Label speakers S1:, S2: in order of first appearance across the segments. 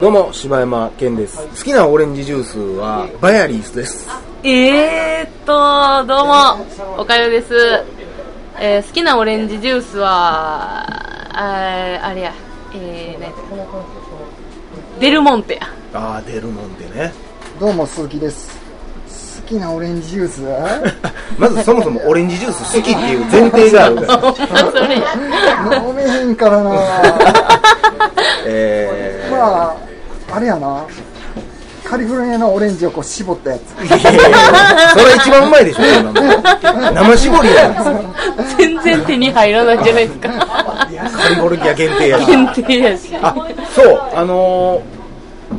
S1: どうも、柴山健です。好きなオレンジジュースは、バヤリースです。
S2: えーっと、どうも、おかよです。えー好きなオレンジジュースは、あーあれや、えー、ね、デルモンテや。
S1: あー、出るもんでね。
S3: どうも鈴木です好きなオレンジジュース は
S1: まずそもそもオレンジジュース好きっていう前提があるから。
S2: それや。
S3: 飲めへんからな
S1: えー、
S3: まああれやなカリフォルニアのオレンジをこう絞ったやつ
S1: いやいやいやそれ一番うまいでしょ、そんなの生絞りやん。
S2: 全然手に入らないじゃないですか。
S1: カリフォルニア限定やし。
S2: 限定やし。
S1: あ、そう、あの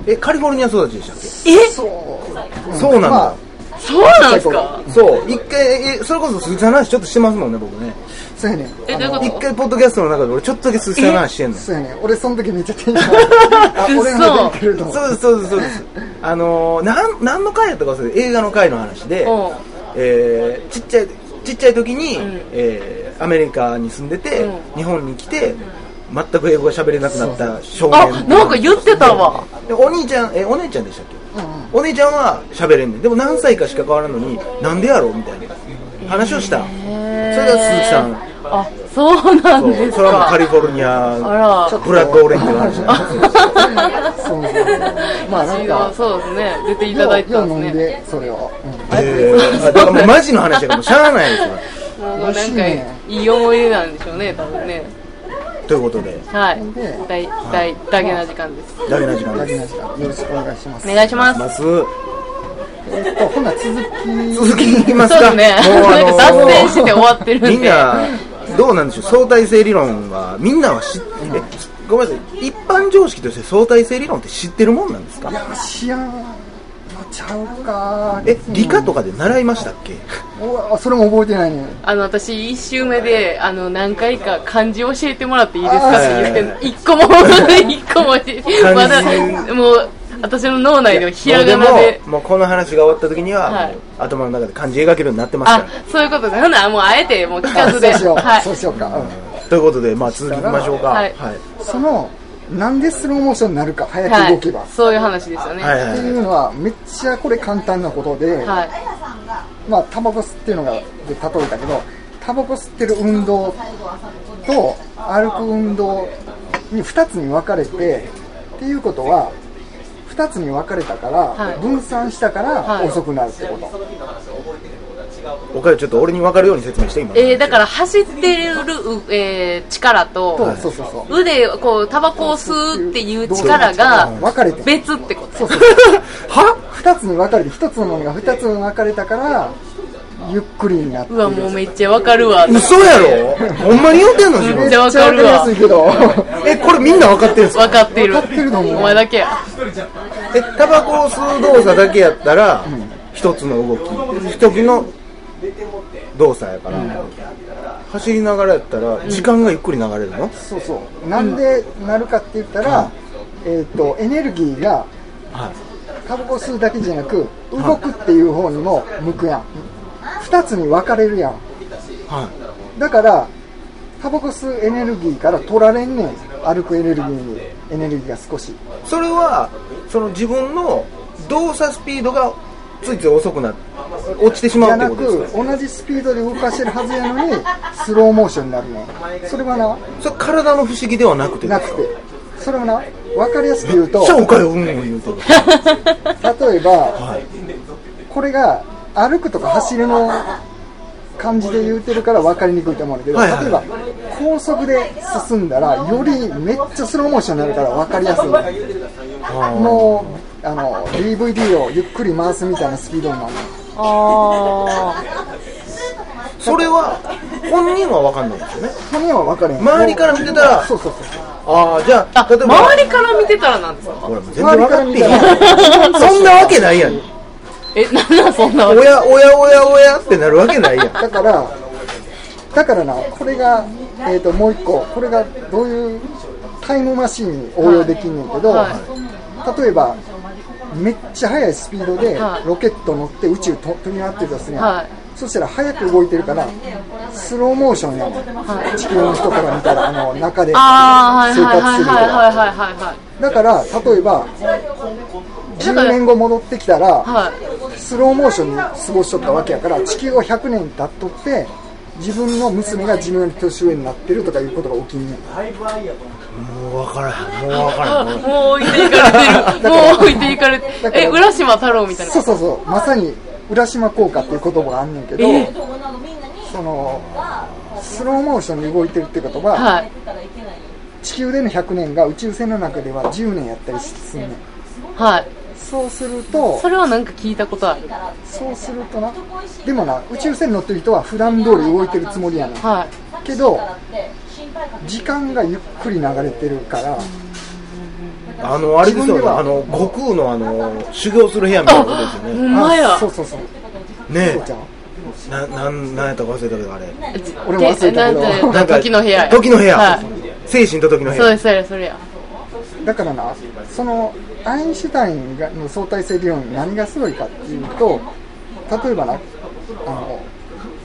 S1: ー、え、カリフォルニア育ちでしたっけ
S2: え、
S1: そうなん
S3: まあ
S1: だ。
S2: そうなんですか
S1: そう、一回、え、それこそ鈴木さんの話ちょっとしてますもんね、僕ね。
S3: そうやねん
S2: え、どういうこ
S1: 一
S2: と
S1: 回、ポッドキャストの中で俺ちょっとだけ鈴木さんの話してんの。
S3: そうやねん俺その時めっちゃテンション上がったあ
S2: 嘘
S3: 俺の出てると思う
S1: そうですそうですそうですあのー、なん何の回やったか忘れて映画の回の話で
S2: うん、
S1: えーちっちゃいちっちゃい時に、
S2: ん
S1: えーアメリカに住んでて、
S2: うん
S1: 日本に来て全く英語が喋れなくなった少
S2: あ、
S1: 年
S2: なんか言ってたわ。
S1: でお兄ちゃんえお姉ちゃんでしたっけ
S3: うん
S1: お
S3: うん
S1: 姉ちゃんは喋れんねんでも何歳かしか変わらんのになんでやろうみたいな話をした、
S2: それ
S1: それが鈴木さん。
S2: あ、そうなん
S1: そ
S2: で
S1: う
S2: す
S1: それはもうカ
S2: か。
S1: リフォルニ
S2: あ
S1: ア
S2: ら。
S1: ブラックオレンジの話だ
S3: そうそうまあなんか
S2: そうですね出ていただいてた
S3: よ
S2: ん
S3: う飲
S2: で
S3: ん
S2: すね
S3: でそれを、うん
S1: えー、あだからもうマジの話やからもうしゃあないですよ
S2: もう
S3: 美
S2: なん
S3: 味しい
S2: か
S3: ね
S2: いい思い出なんでしょうね多分ね
S1: ということで
S2: はい
S3: ね
S2: 大大大げな時間です
S1: ダメな時間
S3: 大
S1: です
S3: 事な時間よろしくお願いします
S2: お願いします
S1: ます
S3: えっとほな続き
S1: 続きいきます
S2: そうで
S1: か
S2: すね
S1: もうあの
S2: なんか脱線して終わってるんで
S1: みんなどうなんでしょう相対性理論はみんなは知ってごめんなさい一般常識として相対性理論って知ってるもんなんです
S3: い
S1: か
S3: や知らんまあちゃうか
S1: え理科とかで習いましたっけ
S3: おあそれも覚えてないね
S2: あの私一周目であの何回か漢字教えてもらっていいです
S3: あ
S2: かっ
S1: ー
S2: て言って一個も 一個も
S1: 漢字
S2: まだもう私の脳内のひらがなで
S1: もうもうこの話が終わった時には、
S2: はい
S1: もう頭の中で漢字描けるようになってます
S2: あ
S1: か
S2: そういうことですほなもうあえてもう企
S3: あ
S2: 画で
S3: そうしよう、
S2: はい
S3: そうしようか、うん
S1: らということでまあ続きいきましょうか
S2: はい
S3: そのなんでスローモーションになるか早
S2: は
S3: く動けば、
S2: いそういう話ですよね
S1: はい
S2: は
S3: って
S1: はいいう
S3: のはめっちゃこれ簡単なことで、
S2: い
S3: まあタバコ吸っていうのがで例えたけどタバコ吸ってる運動と歩く運動に2つに分かれてっていうことは2つに分かれたから、
S2: はい
S3: 分散したか
S2: は
S3: ら
S2: い
S3: 遅くなるってこと、
S1: おかゆちょっと俺に分かるように説明して今
S2: えーだから走ってる、うえー力と
S3: とそうそうそう
S2: 腕をこうタバコを吸うっていう力が
S3: 分かれて
S2: 別ってこと
S3: そうそう
S1: は
S3: 2つに分かれて1つのものが2つに分かれたからゆっくりになって
S2: うわもうめっちゃわかるわ
S1: 嘘やろほんまに言うてんの自
S2: め
S1: 分
S2: っちゃわかるわ
S3: めっちゃわかりやすいけど
S1: えこれみんな分かってるんです
S2: わかってる
S3: わかってると思う
S2: お前だけや
S1: えタバコを吸う動作だけやったら一、つの動き一時の動作やから、走りながらやったら時間がゆっくり流れるの、
S3: そうそうなんでなるかって言ったら、えっとエネルギーが
S1: はい
S3: タバコ吸うだけじゃなく動くっていう方にも向くやん2つに分かれるやん
S1: は
S3: だからタバコ吸うエネルギーから取られんねん歩くエネルギーにエネルギーが少し
S1: い、それはその自分の動作スピードがついつい遅くなって落ちてし
S3: じ
S1: まう
S3: ゃ
S1: って
S3: な
S1: こ
S3: く
S1: とですか
S3: 同じスピードで動かしてるはずやのにスローモーションになるねんそれはな
S1: それ体の不思議ではなくて
S3: な
S1: です
S3: く
S1: か
S3: てそれはな分かりやすく言うと
S1: じゃあおかようんうん言うてる
S3: 例えば、
S1: い
S3: これが歩くとか走るの感じで言うてるから分かりにくいと思うんだけど、
S1: はいはい
S3: 例えば高速で進んだらよりめっちゃスローモーションになるから分かりやすいもうあの DVD をゆっくり回すみたいなスピードになる
S2: あ
S1: それは本人は分かんないですよね
S3: 本人は分かれへん
S1: 周りから見てたら
S3: そうそうそうそう
S1: ああじゃあ
S2: あ
S1: 例えば
S2: 周りから見てたらなんですか
S1: ほらもう全然分かってへん やん
S3: 周りから
S1: そんなわけないやん
S2: えなんなんそんな
S1: おやおやおやおやってなるわけないやん
S3: だからだからなこれが、えー、ともう一個これがどういうタイムマシンに応用できんねんけど、
S2: はい
S3: 例えばめっちゃ速いスピードで
S2: はい
S3: ロケット乗って宇宙と飛び回ってるとすね、
S2: はい
S3: そしたら早く動いてるからスローモーションやねん地球の人から見たらあの中で
S2: ああー
S3: 生
S2: はい
S3: 活
S2: は
S3: す
S2: い
S3: るか
S2: はい
S3: ら
S2: はいはいはいはい
S3: だから例えば10年後戻ってきたら
S2: はい
S3: スローモーションに過ごしとったわけやから地球を100年経っとって自分の娘が自分より年上になってるとかいうことが起きんねん
S1: もう分からへんもう分からへんもう
S2: もう置いていかれてる。もう置いていかれて
S3: だ。から
S2: え、浦島太郎みたいな
S3: そう。そうそうまさに浦島効果っていう言葉があんねんけど
S2: え
S3: そのスローモーションで動いてるってことは、
S2: はい。
S3: 地球での100年が宇宙船の中では10年やったりすんねん
S2: はい。
S3: そうすると
S2: それはなんか聞いたことある。
S3: そうするとなでもな宇宙船乗ってる人は普段通り動いてるつもりやねん
S2: はい。
S3: けど時間がゆっくり流れてるから
S1: あのあれですよねあの悟空のあ の修行する部屋みたいなことですよ
S2: ほ
S1: ね
S2: んまや
S3: あそう。そうそう
S1: ね
S3: そうちゃん
S1: えななんなんやったか忘れたけどあれ
S3: 俺も忘れたけど
S2: なんていう
S1: なん
S2: か
S1: か
S2: 時の部屋や。
S1: 時の部屋、
S2: はい。
S1: 精神と時の部
S2: そう
S1: 屋
S2: です、そうです、それや。
S3: だからなそのアインシュタインがの相対性理論何がすごいかっていうと例えばなあの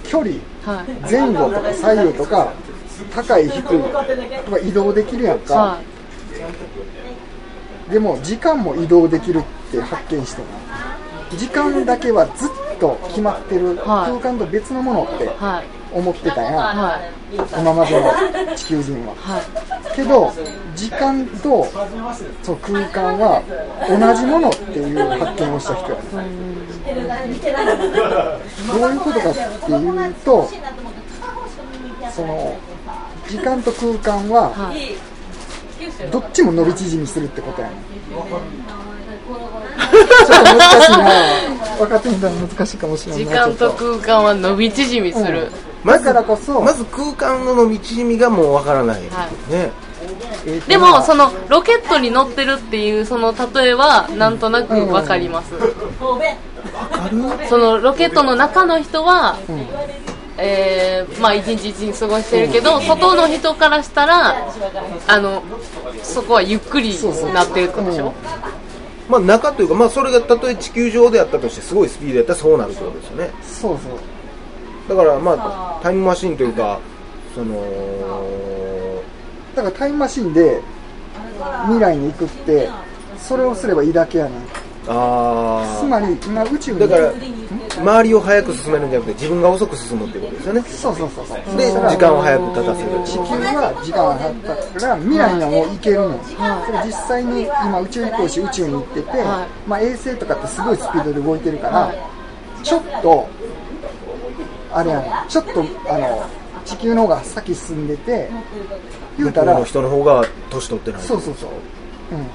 S3: 距離
S2: はい。
S3: 前後とか左右とか高い低いとか移動できるやんか、
S2: は
S3: でも時間も移動できるって発見してない時間だけはずっと決まってる
S2: はい
S3: 空間と別のものって
S2: い。はい。
S3: 思ってたんや、
S2: はい。
S3: 今までの地球人は
S2: はい。
S3: けど時間とその空間は同じものっていう発見をした人やねどういうことかっていうとその時間と空間は
S2: はい。
S3: どっちも伸び縮みするってことやねんちょっと難しいな分かってみたら難しいかもしれない
S2: 時間と
S3: ちょっ
S2: 空間は伸び縮みす
S3: う
S2: る
S3: ん。
S1: ま
S3: だからこそ
S1: まず空間の伸び縮みがもうわからない、
S2: はい
S1: ね
S3: えーと
S2: でも、その、ロケットに乗ってるっていう、その例えは、なんとなくわかります。
S1: わかる
S2: その、ロケットの中の人は、
S3: うん
S2: えーまあ一日一日過ごしてるけど、外の人からしたらあのそこはゆっくり
S3: そうそう
S2: なってるってことでしょ
S1: まあ中というかまあそれがたとえ地球上であったとしてすごいスピードやったらそうなるってことですよね
S3: そうそう
S1: だからまあタイムマシンというかその
S3: だからタイムマシンで未来に行くってそれをすればいいだけやねん
S1: あ
S3: つまり今宇宙に
S1: あだから周りを早く進めるんじゃなくて自分が遅く進むっていうことですよね
S3: そうそうそうそう
S1: で
S3: そしたら
S1: 時間を早く立たせる
S3: 地球は時間が経ったから未来にはもう行けるの、それ実際に今宇宙飛行士宇宙に行ってて、
S2: は
S3: まあ、衛星とかってすごいスピードで動いてるから、ちょっとあれやねちょっとあの地球の方が先進んでて
S1: 向
S3: 言う
S1: こ
S3: た
S1: う
S3: ら
S1: の人の方が年取ってない
S3: そうそうそううん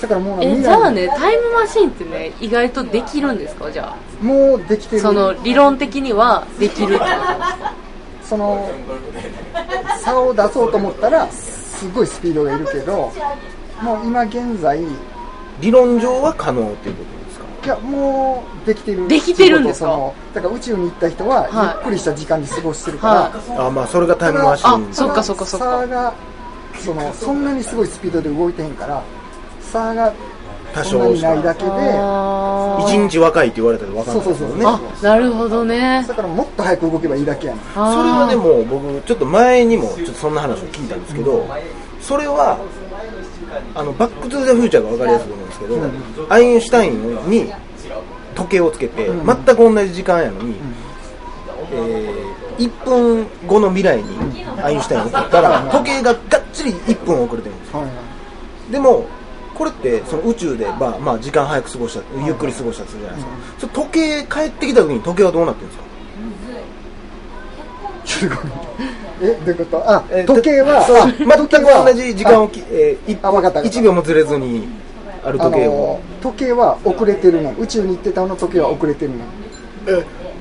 S3: だからもう
S2: え
S3: 未
S2: じゃあ
S3: 来
S2: ねタイムマシンってね意外とできるんですかじゃ
S3: もうできて
S2: あ
S3: る
S2: その理論的にはできるってこ
S3: その差を出そうと思ったらすごいスピードがいるけどもう今現在い
S1: 理論上は可能っていうことですか
S3: やもうできてる
S2: できてるんですか
S3: そのだから宇宙に行った人は
S2: はい
S3: ゆっくりした時間に過ごしてるから、
S2: は
S1: あまあそれがタイムマシン
S2: あそうっかそっかそっか
S3: 差がそのそんなにすごいスピードで動いてへんから差が
S1: 多
S3: そんな
S1: 少
S3: に
S1: しか
S3: ないだけで
S2: とあ
S1: 一
S2: ー
S1: 日若いって言われたら分かんないですもんね
S3: そうそうそう
S2: あなるほどね
S3: だからもっと早く動けばいいだけやねん
S2: あー
S1: それはでも僕ちょっと前にもちょっとそんな話を聞いたんですけどそれはあのバック・トゥ・ザ・フューチャーが分かりやすいと思うんですけど、アインシュタインに時計をつけて、
S3: ん
S1: 全く同じ時間やのに、えー1分後の未来にアインシュタインが送ったら時計ががっちり1分遅れてるんですよ
S3: はいはい
S1: でもこれってその宇宙で、まあまあ、時間早く過ごしたゆっくり過ごしたとするじゃないですか、その時計帰ってきた時に時計はどうなってるんですか
S3: すごいえどういうことあ
S1: えー
S3: 時計は
S1: そう
S3: あ
S1: 全
S3: 時計
S1: く
S3: は
S1: 同じ時間をき、えー、
S3: あわかったわかった
S1: 1秒もずれずにある
S3: あ
S1: 時計
S3: の
S1: を、
S3: 時計は遅れてるの宇宙に行ってたあの時計は遅れてるの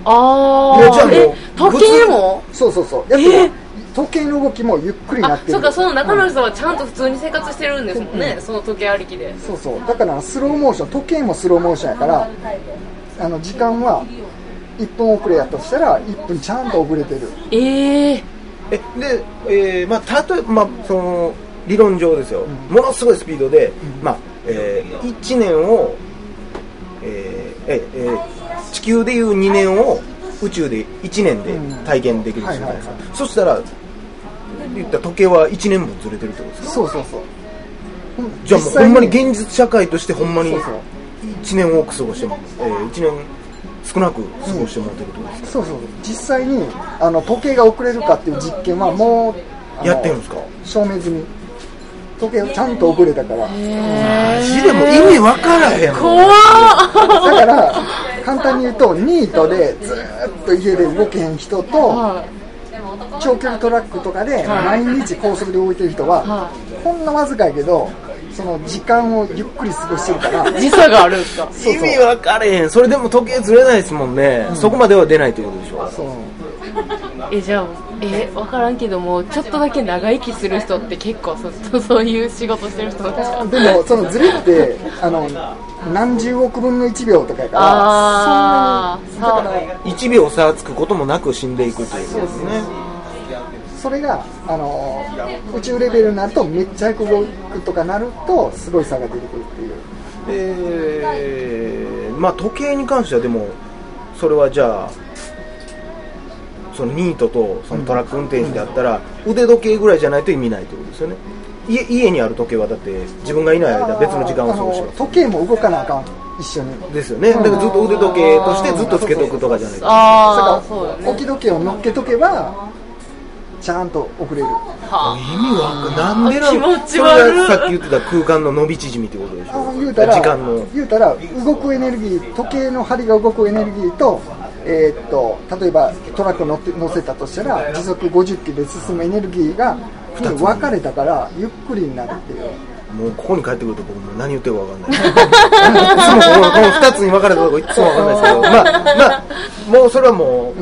S2: あ
S1: いやじゃあ
S2: ー
S1: もう
S2: え時計も
S3: そうそうそうやっぱ
S2: えー
S3: 時計の動きもゆっくりにな
S2: あ
S3: ってる
S2: そうかその中の人はちゃんと普通に生活してるんですもんね、その時計ありきで
S3: そうそうだからスローモーション時計もスローモーションやからあの時間は1分遅れやとしたら1分ちゃんと遅れてる
S2: ええー、
S1: えで、えーまあ、例えば、まあ、その理論上ですよ、ものすごいスピードで、まあえ1年を、えーえーえー地球でいう2年を宇宙で1年で体験できるんですよ
S3: はいはいはい
S1: そしたら言ったら時計は1年分ずれてるってことですか
S3: そうそうそう
S1: じゃあもうほんまに現実社会としてほんまに
S3: そうそう
S1: 1年多く過ごしても、えー、1年少なく過ごしてもらってるってことですか、
S3: そうそう実際にあの時計が遅れるかっていう実験はもうあの
S1: やってるんですか
S3: 証明済み時計ちゃんと遅れたから
S1: マジでもう意味わからへんもん
S2: 怖っ
S3: だから簡単に言うとニートでずーっと家で動けへん人と長距離トラックとかで毎日高速で動いてる人は
S2: は
S3: ほんのわずかやけどその時間をゆっくり過ごしてるから
S2: 時差があるんですか
S3: そう
S1: 意
S3: そう
S1: 味わからへんそれでも時計ずれないですもんね、そこまでは出ないということでしょ
S3: そう
S2: えじゃあえ分からんけどもちょっとだけ長生きする人って結構そそ そういう仕事してる人なんちゃう
S3: でもそのズレってあの何十億分の1秒とかやから
S2: あー
S3: そんなにだから
S1: 1秒差つくこともなく死んでいくということですね
S3: それがあの宇宙レベルになるとめっちゃ動くとかなるとすごい差が出てくるっていう
S1: えーまあ時計に関してはでもそれはじゃあそのニートとそのトラック運転手であったら腕時計ぐらいじゃないと意味ないということですよね家家にある時計はだって自分がいない間別の時間を過ごし
S3: あ
S1: ま
S3: の
S1: す
S3: 時計も動かなあかん一緒に
S1: ですよねだからずっと腕時計としてずっとつけとくとかじゃないと
S2: あ
S3: だ
S2: あ
S3: か
S2: そうよ
S3: ら置
S2: ね
S3: き時計を乗っけとけばちゃんと遅れる
S2: は
S1: 意味わかんなんでな
S2: 気
S1: の
S2: 持ち
S1: そ
S2: 悪い
S1: れがさっき言ってた空間の伸び縮みってことでし
S3: あ
S1: ょ
S3: 言うたら
S1: 時間の
S3: 言うたら動くエネルギー時計の針が動くエネルギーと,、えーっと例えばトラックを乗って乗せたとしたら時速50キロで進むエネルギーが
S1: つ
S3: 分かれたからゆっくりになるっていう
S1: もうここに帰ってくると僕もう何言ってるか分かんないいつもこのこの2つに分かれたとこいつも分かんないですけどまあまあもうそれはもう、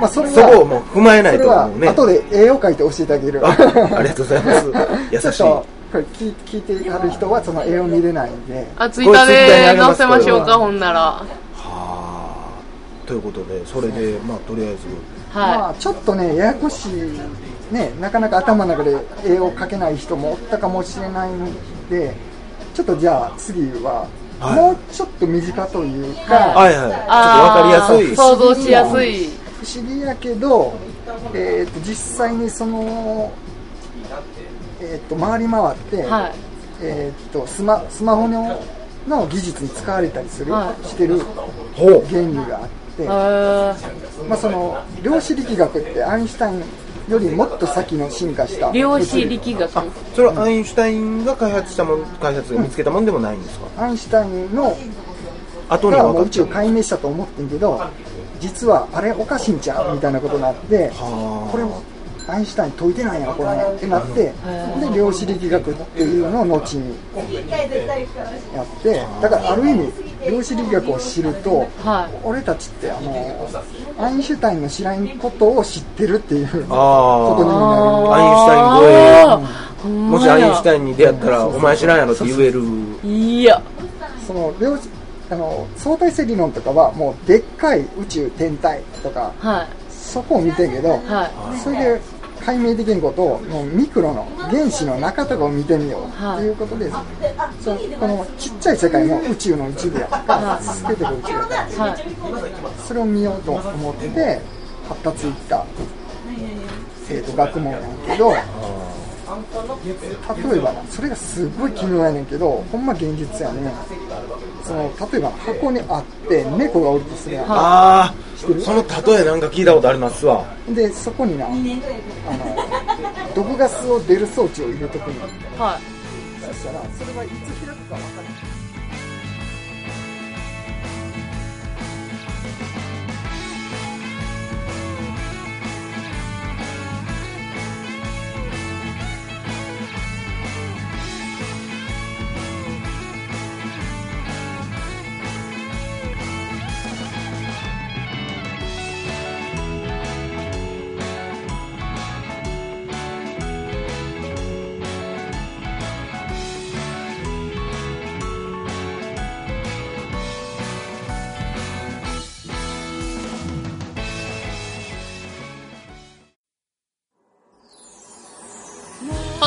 S3: まあ、それ
S1: そこを
S3: は
S1: もう踏まえない
S3: それ
S1: と
S3: は
S1: もうね
S3: 後で絵を描いて教えてあげる
S1: あありがとうございます優しい
S3: ちょっとこれ聞聞いてある人はその絵を見れないんで
S2: あツイッターで載せましょうかほんなら
S1: はあということでそれでまあとりあえず
S3: ま
S2: は
S3: あ、ちょっとね、ややこしい、ね、なかなか頭の中で絵を描けない人もおったかもしれないので、ちょっとじゃあ、次は、
S1: はい
S3: もうちょっと身近というか、
S1: はいはいちょっと
S2: い
S1: 分かりやすい
S2: 想像しやすい
S3: 不思議やけど、えー、と実際にその、えー、と回り回って、
S2: はい
S3: えー、とスマスマホのの技術に使われたりする、
S2: はい
S3: してる
S1: ほう
S3: 原理があって。
S2: へー
S3: まあ、その量子力学ってアインシュタインよりもっと先の進化した
S2: 量子力学
S1: それはアインシュタインが開発したもの開発見つけたもんでもないんですか
S3: アインシュタインの
S1: 後に
S3: がもう
S1: 分
S3: 宇
S1: か
S3: 宙
S1: っ
S3: 解明したと思ってんけど実はあれおかしいんちゃうみたいなことになって
S1: はあ
S3: これもアインシュタイン解いてないやこれってなってで量子力学っていうのを後にやってだからある意味量子力学を知ると
S2: はい
S3: 俺たちってあのアインシュタインの知らんことを知ってるっていうことに
S1: たあ
S3: なる
S1: あア
S2: あー
S1: インシュタイン超え
S2: ほん
S1: も
S2: ま
S1: し
S2: や
S1: アインシュタインに出会ったら「お前知らんやろ」って言える
S2: いや
S3: その量子あの相対性理論とかはもうでっかい宇宙天体とか
S2: は
S3: そこを見てんけど、
S2: いは
S3: それで解明できんことをもうミクロの原子の中とかを見てみようと、
S2: はい
S3: い、うことですそのこのちっちゃい世界も宇宙の一部やとか全てが宇宙やから
S2: いはい
S3: それを見ようと思って発達いった生徒学問やねんけど例えばなそれがすごい奇妙やねんけどほんま現実やねんその例えば箱にあって猫がおるとするやん
S1: ああその例えなんか聞いたことありますわ
S3: でそこになあの毒ガスを出る装置を入れとくの
S2: はい
S3: そしたらそれはいつ開くか分からない
S2: ポ